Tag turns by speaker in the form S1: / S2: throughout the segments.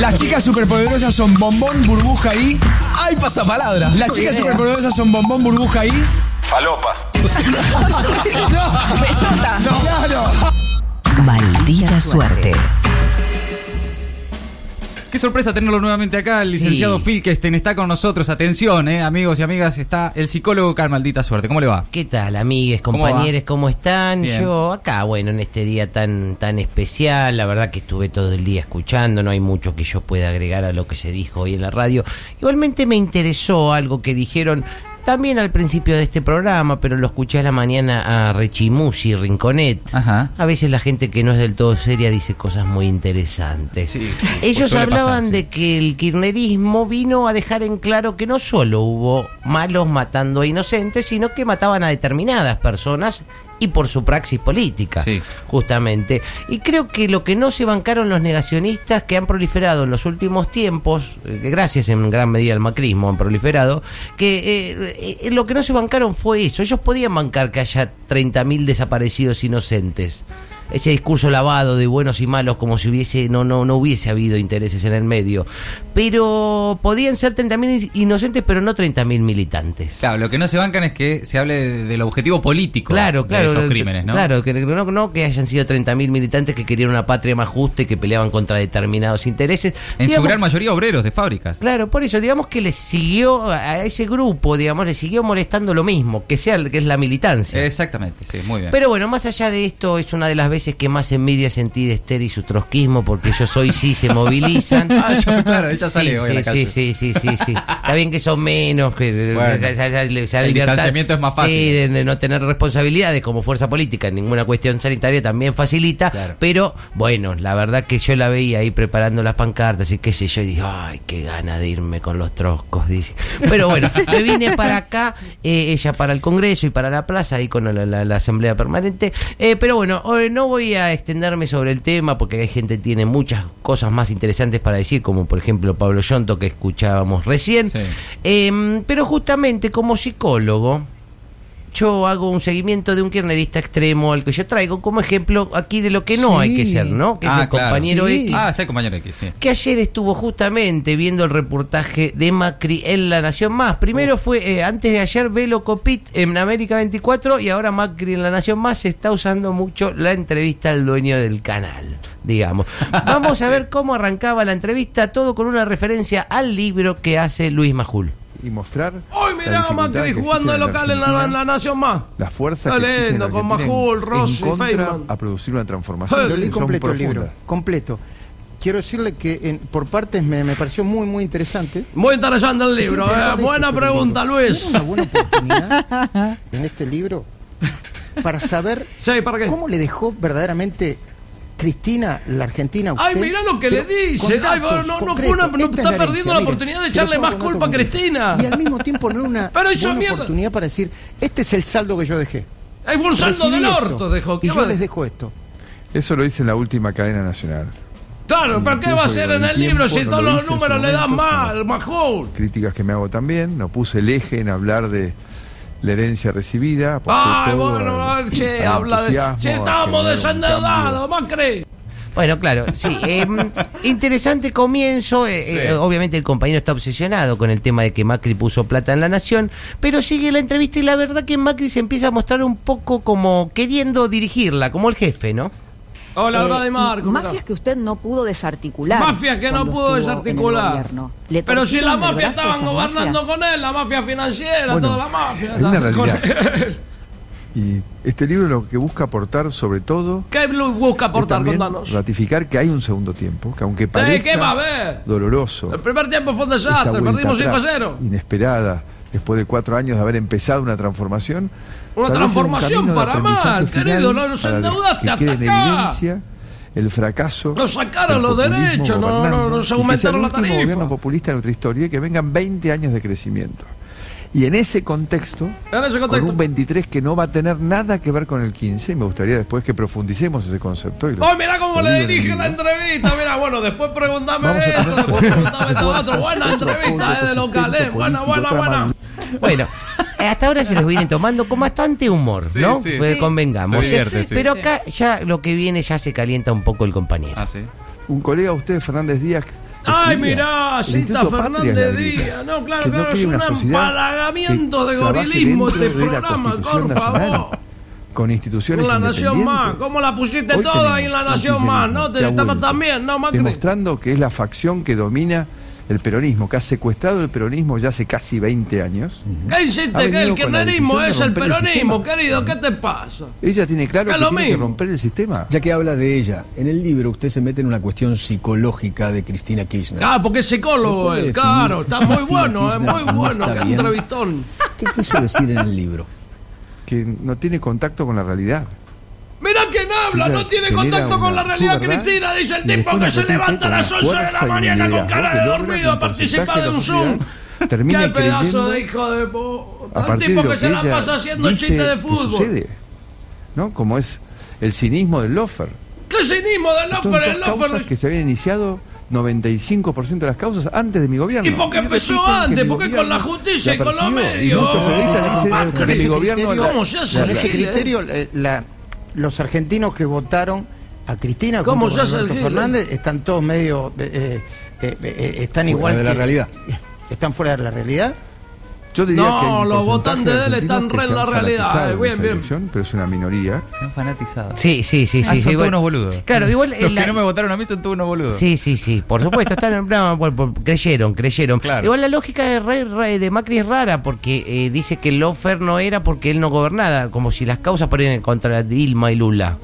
S1: Las chicas superpoderosas son bombón, burbuja y.
S2: ¡Ay, pasapalabra!
S1: Las chicas superpoderosas son bombón, burbuja y.
S3: Falopa.
S1: No,
S4: Bellota.
S1: no, claro.
S5: Maldita suerte.
S6: Qué sorpresa tenerlo nuevamente acá, el licenciado
S5: Sí.
S6: Filkestein está con nosotros. Atención, eh, amigos y amigas, está el psicólogo Carl, maldita suerte. ¿Cómo le va?
S4: ¿Qué tal, amigues,
S6: ¿Cómo
S4: compañeros? ¿Cómo, están?
S6: Bien.
S4: Yo acá, bueno, en este día tan tan especial, la verdad que estuve todo el día escuchando, no hay mucho que yo pueda agregar a lo que se dijo hoy en la radio. Igualmente me interesó algo que dijeron también al principio de este programa, pero lo escuché a la mañana a Rechimusi Rinconet.
S6: Ajá.
S4: A veces la gente que no es del todo seria dice cosas muy interesantes.
S6: Sí, sí,
S4: Ellos
S6: suele pasar,
S4: hablaban
S6: sí.
S4: de que el kirchnerismo vino a dejar en claro que no solo hubo malos matando a inocentes, sino que mataban a determinadas personas y por su praxis política,
S6: Sí.
S4: justamente. Y creo que lo que no se bancaron los negacionistas que han proliferado en los últimos tiempos, eh, gracias en gran medida al macrismo han proliferado, que eh, eh, lo que no se bancaron fue eso. Ellos podían bancar que haya 30.000 desaparecidos inocentes ese discurso lavado de buenos y malos como si hubiese no no no hubiese habido intereses en el medio pero podían ser 30.000 inocentes pero no 30.000 militantes
S6: Claro, lo que no se bancan es que se hable de- del objetivo político
S4: claro
S6: de
S4: claro
S6: esos
S4: eh,
S6: crímenes, ¿no?
S4: claro que no, no que hayan sido 30.000 militantes que querían una patria más justa y que peleaban contra determinados intereses
S6: En su
S4: Digamos-
S6: gran mayoría obreros de fábricas.
S4: Claro, por eso, digamos que les siguió a ese grupo, digamos, les siguió molestando lo mismo, que sea que es la militancia.
S6: Eh. Exactamente, sí, muy bien.
S4: Pero bueno, más allá de esto, es una de las veces que más envidia sentí de Esther y su trotskismo, porque ellos hoy sí se movilizan.
S6: Ah, yo, claro, ella sale
S4: sí,
S6: hoy a
S4: sí,
S6: la calle.
S4: sí, sí, sí, sí, sí. Está bien que son menos, que
S6: Bueno,
S4: esa- esa- esa- esa
S6: el
S4: libertad,
S6: distanciamiento es más fácil.
S4: Sí, de, de no tener responsabilidades como fuerza política en ninguna cuestión sanitaria también facilita.
S6: Claro.
S4: Pero bueno, la verdad que yo la veía ahí preparando las pancartas y qué sé yo, y dije, ay, qué gana de irme con los troscos, dice. Pero bueno, me vine para acá, eh, ella para el Congreso y para la plaza, ahí con la, la- la Asamblea Permanente. Eh, pero bueno, hoy no voy a extenderme sobre el tema porque hay gente que tiene muchas cosas más interesantes para decir, como por ejemplo Pablo Yonto que escuchábamos recién.
S6: Sí.
S4: Em, pero justamente como psicólogo, yo hago un seguimiento de un kirchnerista extremo al que yo traigo como ejemplo aquí de lo que no
S5: Sí.
S4: hay que ser, ¿no? Que es
S6: Ah,
S4: el
S6: claro,
S4: compañero
S6: sí.
S4: X.
S6: Ah, está el compañero X, sí.
S4: que ayer estuvo justamente viendo el reportaje de Macri en La Nación Más. Primero fue eh, antes de ayer Velo Copit en América 24 y ahora Macri en La Nación Más se está usando mucho la entrevista al dueño del canal, digamos. Vamos a ver cómo arrancaba la entrevista, todo con una referencia al libro que hace Luis Majul.
S7: y mostrar.
S2: Hoy mirá a Macri jugando de local en la, en la Nación Más.
S7: La fuerza
S2: Está
S7: que existe en
S2: leyendo con
S7: Argentina en-
S2: Majul, Rossi,
S7: en contra
S2: Feynman.
S7: a producir una transformación.
S2: Lo
S8: Lo leí
S7: que son
S8: completo el libro,
S7: profundas.
S8: completo. Quiero decirle que en- por partes me, me pareció muy, muy interesante.
S2: Muy interesante el libro.
S8: Estoy
S2: eh.
S8: enterado de
S2: Buena
S8: esto,
S2: pregunta,
S8: pero digo,
S2: Luis.
S8: ¿no era una buena oportunidad en este libro para saber
S2: Sí, ¿para qué?
S8: cómo le dejó verdaderamente Cristina la Argentina a usted.
S2: Ay, mirá lo que le
S8: Pero
S2: dice.
S8: con
S2: Ay, bueno, no- no
S8: concretos.
S2: fue una- no
S8: Esta es
S2: está
S8: herencia,
S2: perdiendo la
S8: mire.
S2: oportunidad de
S8: Se lo
S2: echarle
S8: pongo
S2: más
S8: en
S2: culpa
S8: otro
S2: a
S8: contexto.
S2: Cristina.
S8: Y al mismo tiempo no era una
S2: Pero yo,
S8: buena
S2: mierda.
S8: oportunidad para decir, este es el saldo que yo dejé.
S2: Hay un saldo
S8: Recibí
S2: del
S8: esto,
S2: orto, dejó. ¿Qué
S8: Y
S2: va
S8: yo
S2: a-
S8: les dejo esto.
S7: Eso lo dice en la última cadena nacional.
S2: Claro, pero ¿qué va a hacer en el libro si
S7: Tiempo,
S2: todos
S7: no lo
S2: los
S7: hice en
S2: números
S7: su
S2: le dan
S7: momento,
S2: mal,
S7: sino-
S2: Majul?
S7: Críticas que me hago también. No puse el eje en hablar de la herencia recibida. aposté
S2: Ay,
S7: todo
S2: bueno,
S7: al-
S2: ay, che,
S7: al
S2: habla de.
S7: entusiasmo,
S2: Si
S7: a
S2: estábamos
S7: generar un cambio.
S2: desendeudados, Macri.
S4: Bueno, claro, sí. eh, interesante comienzo. eh, eh, obviamente el compañero está obsesionado con el tema de que Macri puso plata en la nación, pero sigue la entrevista y la verdad que Macri se empieza a mostrar un poco como queriendo dirigirla, como el jefe, ¿no?
S2: Hola,
S9: Eh,
S2: hola de
S9: y
S2: Marco. ¿qué tal?
S9: Mafias que usted no pudo desarticular.
S2: Mafia que no
S9: cuando
S2: pudo
S9: estuvo en el
S2: desarticular.
S9: gobierno. Le
S2: Pero si
S9: torcieron
S2: la
S9: el
S2: mafia
S9: brazo a
S2: estaban
S9: esas
S2: gobernando
S9: mafias.
S2: con él, la mafia financiera,
S7: Bueno,
S2: toda la mafia.
S7: hay una
S2: con
S7: realidad.
S2: él.
S7: Y este libro lo que busca aportar, sobre todo,
S2: ¿Qué Blue busca aportar?
S7: es también
S2: Contanos.
S7: ratificar que hay un segundo tiempo, que aunque
S2: Sí, ¿Qué va a
S7: parezca
S2: ver?
S7: doloroso,
S2: El primer tiempo fue un
S7: esta
S2: desastre,
S7: vuelta
S2: perdimos 5 a
S7: atrás,
S2: 0.
S7: Inesperada, después de cuatro años de haber empezado una transformación.
S2: Una
S7: tal vez en un
S2: transformación
S7: camino de
S2: para
S7: aprendizaje
S2: mal,
S7: final
S2: querido, no nos
S7: para
S2: endeudaste
S7: que quede
S2: hasta
S7: en
S2: acá.
S7: evidencia el fracaso.
S2: Nos sacaron
S7: del
S2: los
S7: populismo
S2: derechos, no, no,
S7: gobernando,
S2: nos
S7: y que sea
S2: aumentaron
S7: el
S2: la
S7: último
S2: tarifa.
S7: gobierno populista de nuestra historia y que vengan 20 años de crecimiento. Y en ese contexto,
S2: En ese
S7: con
S2: contexto.
S7: un 23 que no va a tener nada que ver con el 15, y me gustaría después que profundicemos ese concepto. y lo-
S2: ¡Ay, Oh, mirá cómo
S7: lo
S2: le
S7: digo en el
S2: dirige
S7: libro.
S2: la entrevista! Mirá, bueno, después preguntame
S7: Vamos a
S2: esto,
S7: tener
S2: después
S7: fuerzas,
S2: preguntame esto
S7: fuerzas,
S2: otro. Buena
S7: otro
S2: entrevista,
S7: apoyo,
S2: es de
S7: otro
S2: locales.
S7: sustento
S2: Buena, buena,
S7: político, otra
S2: buena.
S7: mano.
S4: Bueno, eh, hasta ahora se los viene tomando con bastante humor,
S6: Sí,
S4: ¿no?
S6: sí.
S4: Pues
S6: Sí.
S4: Convengamos.
S6: Se divierte,
S4: Eh,
S6: sí.
S4: Pero
S6: Sí. Ah.
S4: acá ya lo que viene ya se calienta un poco el compañero.
S6: sí.
S7: Un colega, usted, Fernández Díaz,
S2: Ay,
S7: Patria,
S2: mirá,
S7: el
S2: Cita
S7: Instituto Patria es
S2: Fernández
S7: la grieta.
S2: Díaz. No, claro,
S7: Que no
S2: claro,
S7: tiene
S2: es un
S7: una sociedad
S2: empalagamiento
S7: que
S2: de
S7: trabaje
S2: gorilismo este
S7: dentro de la
S2: programa,
S7: Constitución
S2: por
S7: Nacional,
S2: favor.
S7: Con instituciones
S2: Con la Nación
S7: independientes.
S2: Más. ¿Cómo la pusiste
S7: Hoy
S2: toda ahí en la
S7: tenemos
S2: Nación Más?
S7: antiperonismo
S2: No,
S7: que
S2: te
S7: ha
S2: estaba
S7: vuelto,
S2: también, no, Macri.
S7: Demostrando que es la facción que domina el peronismo, que ha secuestrado el peronismo ya hace casi 20 años.
S2: ¿Qué
S7: Ha
S2: hiciste?
S7: venido
S2: que El
S7: con la
S2: kirchnerismo
S7: decisión de
S2: es el
S7: romper el
S2: peronismo,
S7: sistema.
S2: querido, ¿qué te pasa?
S7: Ella tiene claro
S2: Es
S7: que
S2: lo
S7: tiene que
S2: mismo.
S7: romper el sistema.
S3: Ya que habla de ella, en el libro usted se mete en una cuestión psicológica de Cristina Kirchner.
S2: Ah, porque es psicólogo,
S3: ¿Me puede
S2: él, claro,
S3: definir
S2: está muy
S3: Cristina
S2: bueno, es
S3: Kirchner
S2: muy
S3: como
S2: bueno,
S3: está
S2: qué
S3: bien?
S2: entrevistón.
S3: ¿Qué quiso decir en el libro?
S7: que no tiene contacto con la realidad.
S2: Mirá quién habla,
S7: Ella
S2: no tiene
S7: genera
S2: contacto con
S7: una
S2: la realidad
S7: subverdad
S2: cristina, dice el
S7: y
S2: tipo
S7: después
S2: que
S7: la
S2: se
S7: repite
S2: levanta a
S7: con
S2: las 11 de la
S7: fuerza y
S2: mañana con
S7: liderazgo
S2: cara
S7: que
S2: de
S7: logra que
S2: dormido a
S7: un porcentaje
S2: participar de
S7: la
S2: un Zoom.
S7: sociedad termine
S2: Qué pedazo
S7: creyendo
S2: de hijo de puta.
S7: a
S2: El
S7: partir
S2: tipo
S7: de
S2: que
S7: lo que,
S2: se la
S7: ella
S2: pasa haciendo
S7: dice
S2: chistes de
S7: que
S2: fútbol.
S7: sucede, ¿no? Como es el cinismo del lofer.
S2: Qué cinismo del
S7: Son
S2: Lofer, el
S7: dos causas
S2: Lofer.
S7: que se habían iniciado 95% de las causas antes de mi gobierno.
S2: ¿Y por qué empezó
S7: repiten que
S2: antes?
S7: mi
S2: ¿Por qué
S7: gobierno
S2: con la justicia y con los
S7: persiguió?
S2: medios?
S7: Y muchos periodistas
S2: Ah,
S7: dicen
S2: Macri,
S7: que mi
S2: ese
S7: gobierno
S2: criterio,
S7: la-
S2: ¿cómo se hace
S7: la-
S8: Con ese
S2: elegir, eh?
S8: criterio, eh, la- los argentinos que votaron a Cristina
S2: ¿Cómo
S8: junto
S2: se
S8: con
S2: hace
S8: Alberto
S2: elegir, eh?
S8: Fernández están todos medio. eh, eh, eh, eh, están
S3: Fuera
S8: igual.
S3: de la
S8: que-
S3: realidad.
S8: Están fuera de la realidad.
S7: Yo diría que hay
S2: No,
S7: un
S2: los
S7: porcentaje
S2: votantes de él
S7: argentinos
S2: están
S7: que
S2: re
S7: se
S2: en la
S7: han
S2: realidad.
S7: fanatizado
S2: eh,
S7: en
S2: Bien,
S7: esa
S2: bien.
S7: elección, pero es una minoría.
S6: Se han fanatizado.
S4: Sí, sí, sí,
S6: Ah,
S4: sí.
S6: son
S4: sí,
S6: todos
S4: igual-
S6: unos boludos.
S4: Claro, igual.
S6: Los
S4: en
S6: que
S4: la-
S6: no me votaron a mí son todos unos boludos.
S4: Sí, sí, sí, por supuesto, están, no, por- por- creyeron, creyeron.
S6: Claro.
S4: Igual la lógica de, Re- Re- de Macri es rara porque eh, dice que Lofer no era porque él no gobernaba, como si las causas ponían contra Dilma y Lula,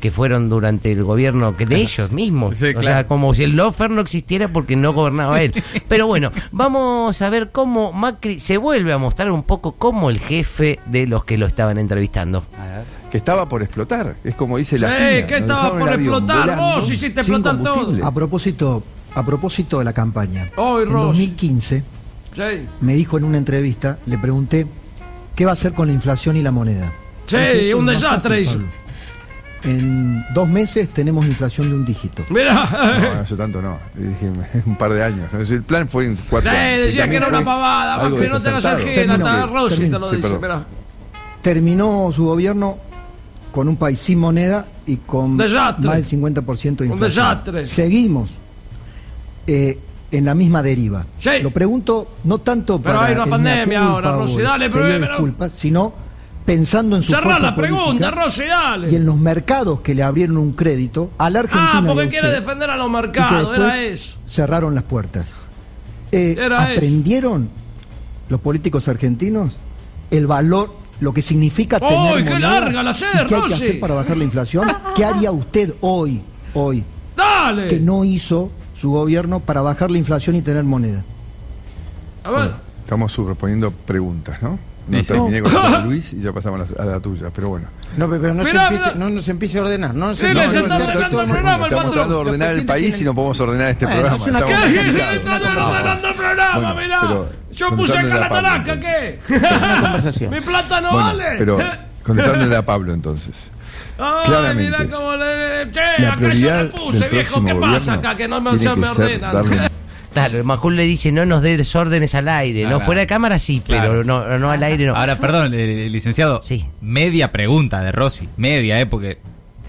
S4: que fueron durante el gobierno que de ellos mismos.
S6: Sí,
S4: O sea,
S6: claro.
S4: como si el Lofer no existiera porque no gobernaba él. Pero bueno, vamos a ver cómo Macri se vuelve a mostrar un poco como el jefe de los que lo estaban entrevistando.
S7: que estaba por explotar. Es como dice la
S2: Sí,
S7: China,
S2: que
S7: nos
S2: estaba
S7: dejaron el
S2: por
S7: avión
S2: explotar,
S7: volando
S2: vos hiciste
S7: sin
S2: explotar todo. Ah,
S7: combustible.
S10: A propósito, a propósito de la campaña.
S2: Hoy,
S10: en
S2: Ross.
S10: 2015
S2: Sí.
S10: me dijo en una entrevista, le pregunté qué va a hacer con la inflación y la moneda.
S2: Sí,
S10: Me dijo, "Eso
S2: un
S10: no es
S2: desastre hizo.
S10: Pablo. En dos meses tenemos inflación de un dígito.
S7: No,
S2: Mirá.
S7: eso tanto no. Le dije, un par de años. ¿no? El plan fue en cuatro
S2: Sí,
S7: años.
S2: Eh, decía que era una
S7: Fue
S2: pavada,
S7: algo
S2: Macri, no te hagas el
S7: desacertado.
S2: ajena, está
S10: Termino,
S2: Rossi, te lo
S7: Sí,
S2: dice,
S7: perdón.
S2: mirá.
S10: Terminó su gobierno con un país sin moneda y con
S2: Desastre.
S10: más del 50% de
S2: Un
S10: inflación.
S2: desastre.
S10: Seguimos eh, en la misma deriva.
S2: Sí.
S10: Lo pregunto no tanto
S2: Pero
S10: para
S2: hay una
S10: el mea
S2: pandemia
S10: culpa
S2: ahora,
S10: o
S2: Rossi,
S10: el
S2: dale,
S10: pedido
S2: pero-
S10: de
S2: pero-
S10: disculpas, sino pensando en su
S2: Cerrá
S10: fuerza
S2: la pregunta,
S10: política
S2: Rossi, dale.
S10: y en los mercados que le abrieron un crédito a la Argentina.
S2: Ah, porque
S10: de
S2: quiere
S10: usted,
S2: defender a los
S10: y que
S2: mercados,
S10: después
S2: era eso.
S10: cerraron las puertas. Eh,
S2: Era eso.
S10: ¿Aprendieron los políticos argentinos el valor, lo que significa
S2: ¡Uy,
S10: tener
S2: qué
S10: moneda
S2: larga la
S10: y
S2: ser,
S10: qué hay que
S2: Rossi!
S10: hacer para bajar la inflación? ¿Qué haría usted hoy, hoy,
S2: Dale.
S10: que no hizo su gobierno para bajar la inflación y tener moneda?
S2: A ver.
S7: Estamos proponiendo preguntas, ¿no? No
S6: Dice.
S7: terminé con la de Luis y ya pasamos a la, a la tuya, pero bueno.
S8: No, pero no,
S2: Mirá,
S8: se, empiece,
S2: mirá.
S8: no, no se empiece a ordenar. No, no se
S2: Sí,
S8: empiece
S2: les
S8: a
S2: está
S8: ordenar.
S2: ordenando el programa, el
S7: Estamos tratando de
S2: patrón.
S7: ordenar el
S8: presidente
S7: país
S8: tiene-
S7: y no podemos ordenar este
S8: Bueno,
S7: programa.
S8: es una
S7: Estamos
S8: caja,
S2: ¿Qué?
S8: Complicado,
S2: Se está
S7: complicados.
S2: ordenando el programa,
S7: Bueno,
S2: mirá.
S7: pero
S2: Yo puse
S7: contándole
S2: acá la
S7: a Pablo,
S2: taraca,
S7: entonces.
S2: ¿qué?
S8: una conversación.
S2: Mi plata no
S7: Bueno,
S2: vale.
S7: pero contándole a Pablo entonces.
S2: Ay,
S7: Claramente,
S2: mirá cómo le... Che,
S7: La
S2: Eh, acá yo le
S7: prioridad
S2: puse,
S7: del
S2: viejo,
S7: próximo
S2: ¿qué
S7: gobierno
S2: pasa acá? Que no me,
S7: tiene
S2: se
S7: que
S2: me
S7: ser darle
S2: ordenan.
S4: Claro, Majul le dice, no nos des órdenes al aire,
S6: Ah,
S4: ¿no?
S6: claro.
S4: Fuera de cámara sí, pero
S6: Claro.
S4: no, no al aire no.
S6: Ahora, perdón, eh, licenciado.
S4: Sí.
S6: Media pregunta de Rossi. Media, ¿eh? Porque.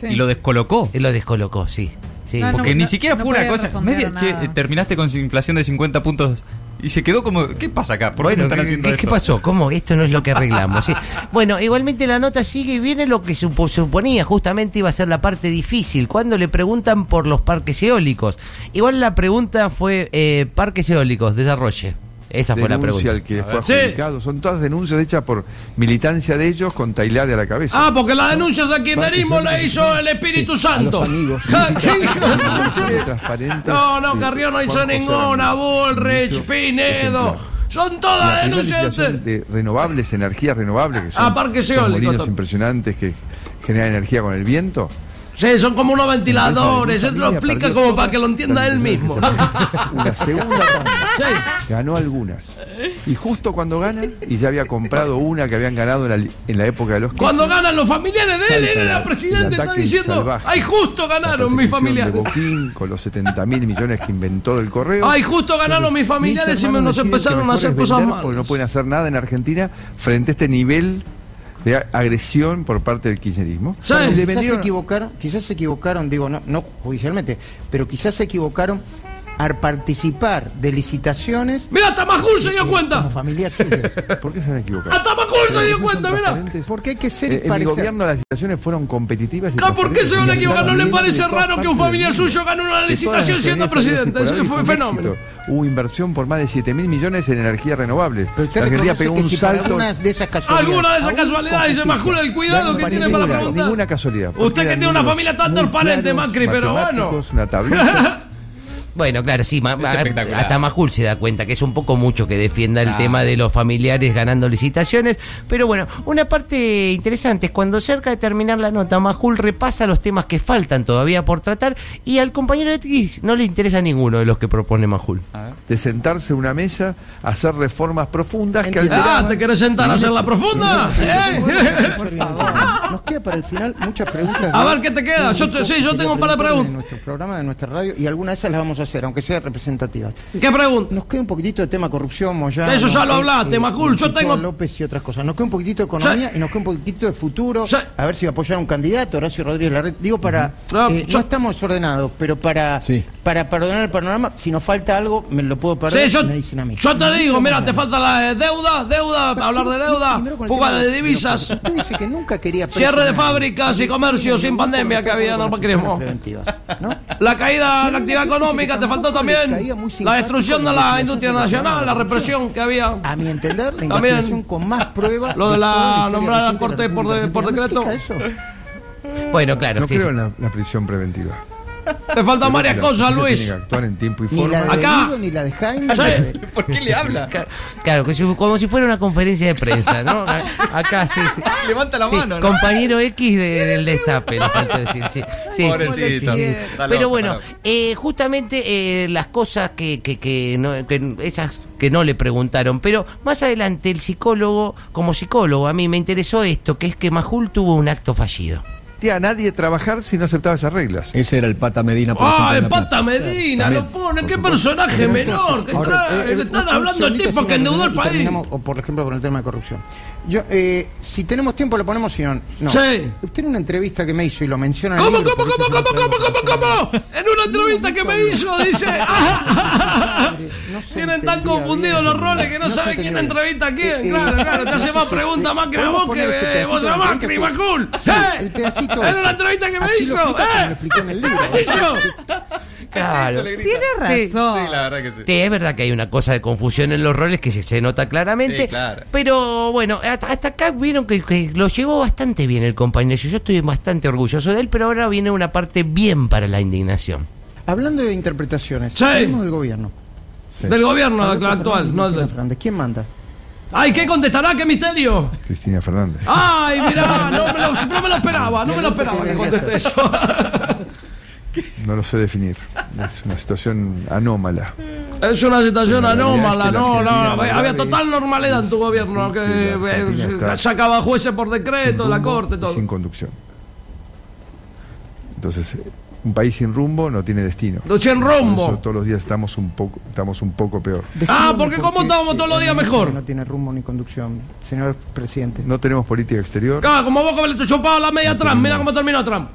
S6: Y lo descolocó.
S4: Él lo descolocó, sí. sí.
S11: No, no,
S6: Porque
S11: no,
S6: ni siquiera
S11: no
S6: fue una
S11: podía
S6: cosa.
S11: responder
S6: Media,
S11: nada.
S6: che, eh, terminaste con su inflación de 50 puntos. Y se quedó como. ¿Qué pasa acá? ¿Por qué no
S4: Bueno,
S6: están haciendo
S4: ¿qué, qué
S6: esto?
S4: pasó? ¿Cómo? Esto no es lo que arreglamos. sí. Bueno, igualmente la nota sigue y viene lo que supo- suponía, justamente iba a ser la parte difícil, cuando le preguntan por los parques eólicos. Igual la pregunta fue, eh, parques eólicos, desarrolle. Esa fue la pregunta.
S7: Denuncia al que fue
S2: Sí.
S7: adjudicado. Son todas denuncias hechas por militancia de ellos con Tailade a la cabeza.
S2: Ah, porque las denuncias al kirchnerismo la hizo el Espíritu Santo.
S3: a los amigos.
S2: Ah, ¿qué?
S7: transparentes
S2: No, no,
S7: de
S2: Carrió no hizo
S7: Juan José
S2: ninguna,
S7: Armando,
S2: Bullrich,
S7: ministro
S2: Pinedo.
S7: ejemplar.
S2: Son
S7: La
S2: todas
S7: primera
S2: denuncias.
S7: legislación
S2: de-
S7: de renovables, energías renovables, que son,
S2: Ah, parques
S7: son
S2: eólicos,
S7: molinos
S2: todo.
S7: impresionantes que generan energía con el viento.
S2: Sí, son como unos ventiladores,
S7: Esa
S2: él lo
S7: familia
S2: explica
S7: perdió
S2: como
S7: todas
S2: para que lo entienda
S7: las
S2: él mismo.
S7: negociaciones que se- Una segunda tanda.
S2: Sí.
S7: Ganó algunas. Y justo cuando gana, y ya había comprado una que habían ganado en la, li- en la época de los
S2: Cuando
S7: Kirchner,
S2: ganan los familiares de él,
S7: Salta
S2: él era
S7: la- el
S2: presidente, está
S7: ataque
S2: diciendo,
S7: salvaje.
S2: ay, justo
S7: la
S2: ganaron mis
S7: persecución
S2: familiares.
S7: De Boquín, con los 70 mil millones que inventó el correo.
S2: Ay, justo ganaron mis familiares y me-
S7: hermanos
S2: nos
S7: deciden que
S2: empezaron a
S7: mejor
S2: hacer
S7: es
S2: cosas
S7: vender
S2: malas.
S7: Porque no pueden hacer nada en Argentina frente a este nivel de a- agresión por parte del kirchnerismo.
S2: Sí.
S7: Y le
S8: quizás se
S7: vendieron
S8: equivocaron, quizás se equivocaron, digo, no, no judicialmente, pero quizás se equivocaron a participar de licitaciones
S2: Mira, hasta Majul se dio cuenta.
S8: como familia suya.
S7: ¿Por qué se han equivocado?
S2: Hasta Majul se dio
S7: Son
S2: cuenta, mira.
S7: transparentes.
S8: Porque hay que ser y
S7: Eh, En mi
S8: parecer.
S7: gobierno las licitaciones fueron competitivas. y
S2: Claro, ¿Por qué se van a
S7: transparentes.
S2: equivocar? ¿No le
S7: Ganaron
S2: parece
S7: de todas
S2: raro que un
S7: partes
S2: familiar
S7: del mundo.
S2: suyo gane una
S7: De todas
S2: licitación
S7: las
S2: siendo
S7: empresas
S2: presidente?
S7: circulares
S2: Eso
S7: fue
S2: fue
S7: un
S2: fenómeno.
S7: éxito. Hubo inversión por más de 7 mil millones en energía renovable.
S8: Pero usted
S7: La Argentina
S8: reconoce
S7: pegó
S8: que
S7: un
S8: si por
S7: salto.
S8: algunas de esas casualidades.
S2: Alguna de esas
S8: aún
S2: casualidades, se
S8: con justicia,
S2: Majul, el cuidado
S8: dan
S2: que tiene
S8: un parecido
S2: para
S8: claro,
S2: preguntar.
S7: ninguna casualidad, porque
S2: Usted que
S7: eran
S2: tiene una
S7: números
S2: familia tan
S7: muy
S2: transparente,
S7: claros,
S2: Macri, pero bueno.
S7: matemáticos, una tablita.
S4: Bueno, claro, sí, ma- ma-
S6: espectacular.
S4: hasta Majul se da cuenta que es un poco mucho que defienda
S7: Ah.
S4: el tema de los familiares ganando licitaciones, pero bueno, una parte interesante es cuando cerca de terminar la nota, Majul repasa los temas que faltan todavía por tratar y al compañero de Tix no le interesa ninguno de los que propone Majul.
S7: De sentarse a una mesa, hacer reformas profundas que
S8: Entiendo.
S7: alteraban
S2: Ah, ¿te querés sentar a hacer la profunda? ¿Eh?
S8: Por favor. Nos queda para el final muchas preguntas.
S2: A ver, ¿qué te queda? Yo te- sí, yo tengo un par de
S8: De
S2: preguntas.
S8: nuestro programa, de nuestra radio, y algunas de esas las vamos a hacer, aunque sean representativas.
S2: ¿Qué pregunta?
S8: Nos queda un poquitito de tema corrupción, Moyano.
S2: Eso ya lo hablaste,
S8: eh,
S2: Majul, yo
S8: Pito
S2: tengo-
S8: López y otras cosas. Nos queda un poquitito de economía
S2: Sí.
S8: y nos queda un poquitito de futuro.
S2: Sí.
S8: A ver si va a apoyar a un candidato, Horacio Rodríguez Larreta. Digo, para.
S2: Ah,
S8: eh,
S2: yo-
S8: No estamos ordenados, pero para,
S3: Sí.
S8: para, para ordenar el panorama, si nos falta algo, me lo puedo perder.
S2: Sí, yo,
S8: me dicen a mí.
S2: yo te digo, mira, te falta la eh, deuda, deuda,
S8: Pero
S2: hablar de
S8: quiero-
S2: deuda,
S8: primero con el
S2: fuga
S8: tema
S2: de
S8: los presos.
S2: divisas.
S8: Usted dice que nunca quería presos
S2: Cierre de
S8: nadie.
S2: fábricas y comercio sin pandemia que había en el macrismo.
S8: Preventivas, ¿no?
S2: La caída de la actividad
S8: Pero no,
S2: económica, te
S8: tampoco
S2: faltó
S8: le
S2: también
S8: caía muy simpático
S2: la destrucción de la
S8: investigación
S2: industria
S8: sobre la
S2: nacional, la represión que había.
S8: A mi entender, la
S2: También.
S8: investigación con más pruebas.
S2: Lo de la
S8: toda historia
S2: nombrada
S8: reciente de
S2: Corte por
S8: República
S2: de- por
S8: Argentina. ¿No
S2: decreto?
S8: explica eso?
S4: Bueno, claro,
S7: No
S4: sí,
S7: creo
S4: sí.
S7: en la, la prisión preventiva.
S2: Te faltan varias
S7: La
S2: cosas,
S7: justicia
S2: Luis.
S7: Tiene que actuar en tiempo y
S8: Ni
S7: forma.
S8: la de
S2: Acá.
S8: Guido, ni la de Jaime. ni
S2: Sí.
S8: la de-
S6: ¿Por qué le habla?
S4: Ca- Claro, que si- como si fuera una conferencia de prensa, ¿no? A- Acá sí. sí.
S6: Levanta la
S4: Sí,
S6: mano, ¿no?
S4: Compañero X de- del Destape, le faltó decir. Sí, sí, sí,
S6: Pobrecito.
S4: sí.
S6: Está
S4: Pero
S6: loco,
S4: bueno,
S6: está loco.
S4: eh, justamente eh, las cosas que, que, que no, que esas que no le preguntaron, pero más adelante el psicólogo, como psicólogo, a mí me interesó esto, que es que Majul tuvo un acto fallido.
S7: a nadie trabajar si no aceptaba esas reglas.
S2: Eh,
S3: Ese era el Pata Medina, por
S2: ¡Ah,
S3: ejemplo, en
S2: el
S3: La Plata.
S2: Pata Medina!
S7: También,
S2: ¡Lo pone!
S7: por
S2: ¡Qué
S7: supuesto.
S2: personaje menor! que
S8: Ahora,
S2: trae!
S8: eh,
S2: Le
S8: eh,
S2: están
S8: un- un
S2: hablando al
S8: segundito,
S2: tipo que
S8: señor,
S2: endeudó el
S8: y
S2: país.
S8: terminamos, o por ejemplo, con el tema de corrupción. Yo, eh, si tenemos tiempo, lo ponemos, si no. no.
S2: Sí.
S8: Usted en una entrevista que me hizo y lo menciona. en el
S2: ¿Cómo,
S8: libro,
S2: cómo,
S8: porque
S2: cómo,
S8: es una
S2: cómo, cómo,
S8: pregunta
S2: cómo, cómo? En una entrevista que me hizo, dice.
S8: No se
S2: Tienen tan
S8: entendía
S2: confundidos
S8: bien.
S2: los roles que no,
S8: No se
S2: saben quién
S8: entendía bien.
S2: entrevista a quién.
S8: Eh, eh,
S2: claro, claro, te
S8: no
S2: hace
S8: sé
S2: más
S8: si-
S2: preguntas
S8: eh,
S2: más que a
S8: ¿podemos
S2: vos que
S8: poner ese
S2: eh,
S8: pedacito
S2: vos
S8: de
S2: a
S8: la
S2: Macri,
S8: entrevista?
S2: Macul.
S8: Sí,
S2: ¡Eh!
S8: el pedacito
S2: En
S8: ese.
S2: una entrevista que me
S8: Así lo
S2: hizo.
S8: explica como lo
S2: ¡Eh!
S8: expliqué en el libro.
S4: Claro.
S5: Tiene razón.
S6: verdad que
S4: Sí, es verdad que hay una cosa de confusión en los roles que se, se nota claramente.
S6: Sí, claro.
S4: Pero bueno, hasta, hasta acá vieron que, que lo llevó bastante bien el compañero. Yo estoy bastante orgulloso de él, pero ahora viene una parte bien para la indignación.
S8: Hablando de interpretaciones,
S2: Sí.
S8: hablemos del gobierno.
S2: Del gobierno
S8: Alberto Fernández
S2: actual.
S8: y
S2: no
S8: Cristina
S2: del-
S8: Fernández. ¿Quién manda?
S2: ¡Ay, qué contestará! ¡Qué misterio!
S7: Cristina Fernández.
S2: Ah. ¡Ay, mirá! No me lo, no me lo esperaba, no me lo esperaba que conteste eso.
S7: No lo sé definir. Es una situación anómala.
S2: Es una situación
S7: La
S2: anómala,
S7: realidad es
S2: no,
S7: que la
S2: no, había
S7: Argentina
S2: había
S7: ahora
S2: total
S7: es-
S2: normalidad en tu
S7: es-
S2: gobierno,
S7: es-
S2: que
S7: la Argentina
S2: eh,
S7: está
S2: sacaba jueces por decreto,
S7: Sin
S2: la
S7: rumbo
S2: corte,
S7: y
S2: todo.
S7: Sin conducción. Entonces, eh, un país sin rumbo no tiene destino.
S2: No tiene
S7: Por
S2: rumbo.
S7: eso todos los días estamos un poco, estamos un poco peor.
S2: Ah,
S8: Describame
S2: porque
S8: por
S2: ¿cómo
S8: qué
S2: estábamos todos los días
S8: la
S2: mejor?
S8: nación No tiene rumbo ni conducción, señor presidente.
S7: No tenemos política exterior,
S2: Claro, como vos como le te chupaba la media a Trump, mira cómo terminó Trump.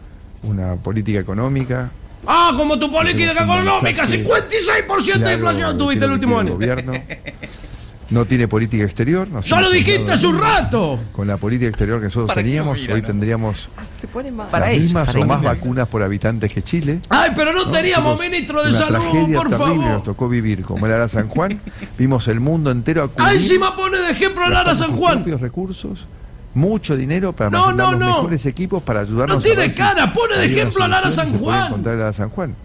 S7: una política económica.
S2: Ah, como tu política
S7: Tenemos un
S2: económica,
S7: mensaje
S2: 56% de
S7: claro,
S2: inflación
S7: que
S2: tuviste
S7: tiene
S2: el último
S7: que
S2: año.
S7: tiene el gobierno. No tiene política exterior. nos
S2: Ya lo
S7: hemos
S2: dijiste
S7: encontrado
S2: hace un rato.
S7: Con la política exterior que nosotros
S6: ¿Para qué
S7: teníamos,
S6: lo mira,
S7: hoy
S6: no?
S7: tendríamos
S5: Se pone mal.
S4: Para
S7: las
S4: eso,
S7: mismas
S4: para
S7: o
S4: eso.
S7: más vacunas por habitantes que Chile.
S2: Ay, pero no teníamos
S7: Nosotros,
S2: ministro de
S7: una
S2: salud,
S7: Ah, tragedia
S2: por
S7: terrible nos
S2: favor.
S7: tocó vivir, como era San Juan. Vimos el mundo entero acudir
S2: Ah, encima pone de ejemplo a Lara
S7: gastamos
S2: San
S7: sus
S2: Juan.
S7: propios recursos, mucho dinero para
S2: No, no,
S7: almacenar los
S2: no.
S7: mejores equipos para ayudarnos.
S2: No tiene
S7: ver si
S2: cara, pone de
S7: hay una
S2: ejemplo a Lara
S7: solución
S2: San
S7: que se puede
S2: Juan.
S7: encontrar en Lara San Juan.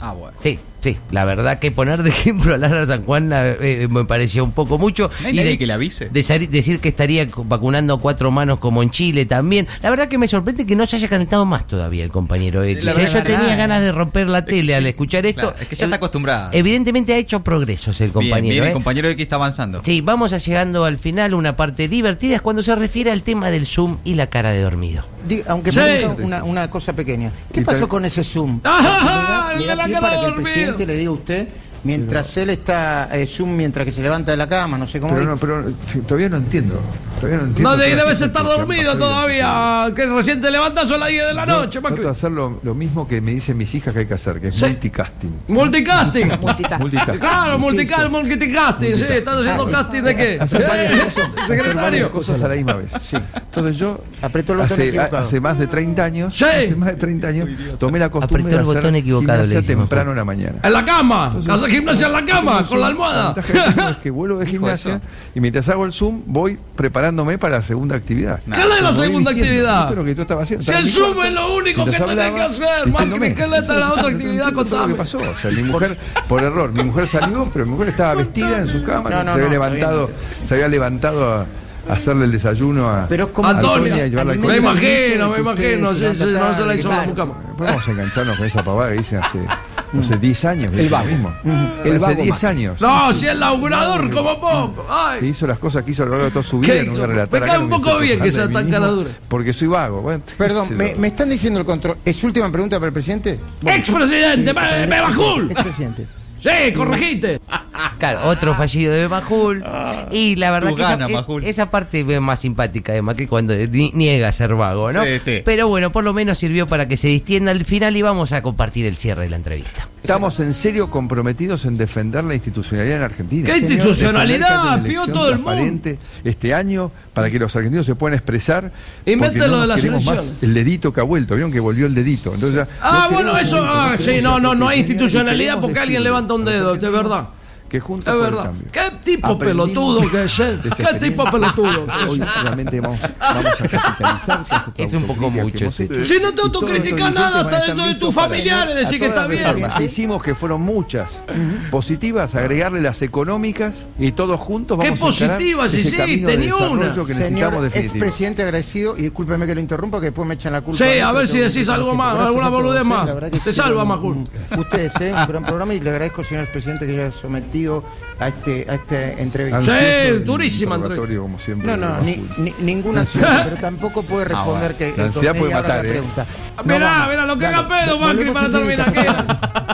S6: Ah, bueno.
S4: Sí, sí, la verdad que poner de ejemplo a Lara San Juan eh, eh, me pareció un poco mucho.
S6: No hay nadie que le avise.
S4: desar- decir que estaría co- vacunando a cuatro manos como en Chile también. La verdad que me sorprende que no se haya calentado más todavía el compañero X.
S6: La
S4: O sea,
S6: verdad
S4: yo
S6: que sí.
S4: tenía ganas de romper la tele al escuchar esto.
S6: claro, es que ya está
S4: Ev-
S6: acostumbrada.
S4: Evidentemente ha hecho progresos el compañero.
S6: Bien, bien,
S4: ¿eh?
S6: el compañero X está avanzando.
S4: Sí, vamos a llegando al final, una parte divertida es cuando se refiere al tema del Zoom y la cara de dormido.
S8: Di- aunque
S2: Sí.
S8: parezca una, una cosa pequeña. ¿Qué
S7: Y tal-
S8: pasó con ese Zoom?
S2: Ah, el
S8: Le da
S2: de la
S8: pie
S2: cara
S8: para que el
S2: dormido.
S8: presidente le diga a usted Mientras él está eh, Zoom, mientras que se levanta de la cama, no sé cómo.
S7: Pero
S8: dijo.
S7: no, pero sí, todavía no entiendo. Todavía no entiendo.
S2: No, de-
S7: qué este
S2: debes
S7: hacer
S2: estar
S7: con
S2: dormido
S7: Jean-Paul
S2: todavía. Que recién te levantas a las 10 de la
S7: Belmondo.
S2: noche,
S7: Trato de
S2: Macri.
S7: hacer lo, lo mismo que me dicen mis hijas que hay que hacer, que es
S2: Sí.
S7: multicasting.
S2: Multicasting.
S7: Multitasking.
S2: Claro, multical, multitasking. Sí, estás haciendo casting de qué?
S7: Hacer varias cosas,
S2: Eh,
S7: hacer varias
S2: Secretario.
S7: cosas a la misma vez. Entonces yo
S8: Apretó el botón
S7: hace,
S8: equivocado.
S7: hace más de 30 años,
S2: Sí.
S7: hace más de 30 años tomé la costumbre
S4: Apretó el
S7: de hacer
S4: botón equivocado, le
S7: gimnasia
S4: decimos.
S7: temprano en la mañana.
S2: En la cama. Hacer gimnasia en la cama,
S7: Entonces,
S2: con la
S7: La
S2: almohada.
S7: ventaja que tengo es que vuelvo de gimnasia y mientras hago el Zoom voy preparándome para la segunda actividad.
S2: ¿Qué es la
S7: Voy
S2: segunda
S7: vistiendo.
S2: actividad?
S7: Esto es lo que tú estabas haciendo.
S2: Si
S7: Estaba
S2: el
S7: en mi
S2: Zoom
S7: cuarto,
S2: es lo único que
S7: mientras
S2: tenés
S7: hablaba,
S2: que hacer,
S7: vistiéndome.
S2: Macri, ¿qué le está la otra
S7: Yo
S2: actividad?
S7: entiendo todo lo
S2: Contame.
S7: que pasó. O sea, mi mujer, por error, mi mujer salió, pero mi mujer estaba vestida en su cama,
S8: No, no,
S7: se, había
S8: no,
S7: levantado, se había levantado a a hacerle el desayuno a
S8: Pero es como-
S7: Antonia
S2: Antonia,
S7: y llevarla al
S2: me
S7: colegio.
S2: imagino, me
S8: Ustedes
S2: imagino.
S8: se
S2: sí,
S8: van a
S2: sí, No
S8: tratar
S2: se la
S8: de
S2: hizo
S8: que-
S2: la mucama.
S7: Vamos a engancharnos con esa pavada que dicen hace, no sé, 10 años. que
S3: El
S7: dicen lo
S3: vago.
S7: mismo.
S3: El
S7: Hace
S3: vago
S7: 10
S3: Macri.
S7: años.
S2: No, si es laburador, como poco.
S7: que
S2: Ay.
S7: hizo las cosas que hizo a lo largo de toda su vida.
S2: ¿Qué
S7: no voy a
S2: hizo?
S7: relatar
S2: Me
S7: acá,
S2: cae
S7: no
S2: un
S7: voy a
S2: poco
S7: hacer
S2: bien que sea
S7: de mí
S2: tan
S7: mismo,
S2: cara dura.
S7: Porque soy vago. Bueno,
S8: Perdón,
S7: qué sé
S8: me,
S7: yo.
S8: me están diciendo el control. ¿Es su última pregunta para el presidente?
S2: Expresidente, Be- Bebajul.
S8: Expresidente.
S2: Sí, corregiste.
S4: Claro, otro fallido de Majul. Y la verdad
S6: Tú
S4: que esa-
S6: gana,
S4: e-
S6: Ah, Majul.
S4: esa, parte es más simpática de Macri cuando ni- niega ser vago, ¿no?
S6: Sí, sí.
S4: Pero bueno, por lo menos sirvió para que se distienda el final y vamos a compartir el cierre de la entrevista.
S7: Estamos en serio comprometidos en defender la institucionalidad en Argentina.
S2: ¿Qué
S7: Señor,
S2: institucionalidad?
S7: defender que haya una
S2: Pío,
S7: elección
S2: todo el mundo.
S7: transparente Este año, para que los argentinos se puedan expresar. porque
S2: Inventen lo
S7: nos
S2: de las
S7: queremos más
S2: elecciones.
S7: El dedito que ha vuelto, ¿vieron que volvió el dedito? Entonces ya-
S2: Ah,
S7: no
S2: bueno,
S7: queremos
S2: eso.
S7: un dedito,
S2: Ah, sí,
S7: queremos
S2: no, no, no hay
S7: institucionalidad y
S2: institucionalidad
S7: queremos
S2: porque alguien
S7: decirle
S2: levanta un
S7: a los
S2: dedo, es
S7: argentinos
S2: verdad.
S7: Que juntos
S2: Es
S7: por el
S2: verdad.
S7: cambio.
S2: ¿Qué tipo
S7: Aprendimos
S2: pelotudo que es él?
S7: de esta
S2: ¿Qué tipo
S7: experiencia.
S2: pelotudo?
S7: Hoy realmente vamos, vamos a capitalizar. todas estas
S4: Es un poco
S7: autocríticas
S4: mucho,
S7: que hemos
S4: sí.
S7: hecho.
S2: Si no te
S7: Y todos
S2: autocriticas
S7: estos
S2: nada,
S7: dirigentes van a
S2: hasta
S7: estar
S2: de- de tus
S7: listos para
S2: familiares decís
S7: a
S2: que
S7: todas
S2: está
S7: las
S2: bien.
S7: reformas que hicimos, que fueron muchas positivas, agregarle las económicas y todos juntos
S2: ¿Qué
S7: vamos a encarar
S2: positivas
S7: ese
S2: hiciste?
S7: camino de
S2: Ni una.
S7: desarrollo que necesitamos
S8: Señor
S7: definitivo.
S8: expresidente agradecido, y discúlpeme que lo interrumpa, que después me echan la culpa.
S2: Sí,
S8: de
S2: a
S8: eso,
S2: ver si
S8: tengo
S2: decís
S8: mucho
S2: algo
S8: tiempo.
S2: más,
S8: Gracias
S2: alguna
S8: a todos,
S2: boludez
S8: eh,
S2: más.
S8: la verdad que
S2: Te
S8: sí,
S2: salva,
S8: un-
S2: Majul.
S8: un- Ustedes, ¿eh? Un gran programa y le agradezco, señor presidente, que haya sometido a este, a este entrevista.
S7: Ansioso del
S2: durísima, Andrés.
S7: interrogatorio, como siempre.
S8: No, no,
S7: de
S8: ni,
S7: Bascuñán.
S8: ni- ninguna ansiedad, pero tampoco
S2: Ah,
S8: puede responder
S6: bueno.
S8: que el
S7: La ansiedad
S8: torneo
S7: puede
S8: ahora
S7: matar,
S8: la
S7: ¿eh?
S8: pregunta.
S2: Mirá,
S8: vamos.
S2: mirá lo que
S8: Dale.
S2: haga pedo, Macri,
S8: Volvemos
S2: para
S8: enseguida,
S2: terminar, ¿qué?
S8: Estamos-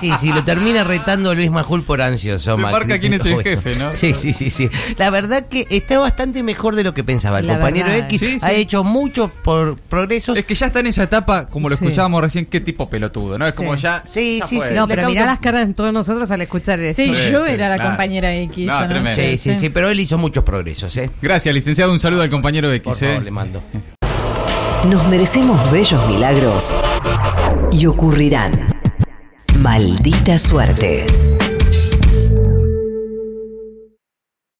S4: Sí, sí, lo termina retando Luis Majul por ansioso.
S6: Le
S4: Macri.
S6: marca quién es el jefe, ¿no?
S4: Sí, sí, sí, sí. La verdad que está bastante mejor de lo que pensaba. El
S5: La
S4: compañero
S5: verdad.
S4: X
S6: Sí, sí.
S4: ha hecho muchos por progresos.
S6: Es que ya está en esa etapa, como lo
S5: Sí.
S6: escuchábamos recién, qué tipo pelotudo, ¿no? Es
S5: Sí.
S6: como ya.
S4: Sí,
S6: ya
S4: sí,
S6: fue.
S4: sí.
S5: No,
S4: Le
S5: pero
S4: causa-
S5: mirá las caras de todos nosotros al escuchar esto.
S11: Sí,
S6: Sí,
S11: yo
S6: sí,
S11: era la
S6: claro.
S11: compañera X.
S6: No,
S11: ¿o
S6: tremendo.
S4: Sí,
S5: eh.
S4: sí, sí, pero él hizo muchos progresos, ¿eh?
S6: Gracias, licenciado. Un saludo al compañero X.
S4: Por favor,
S6: eh.
S4: le mando.
S11: Nos merecemos bellos milagros y ocurrirán. Maldita suerte.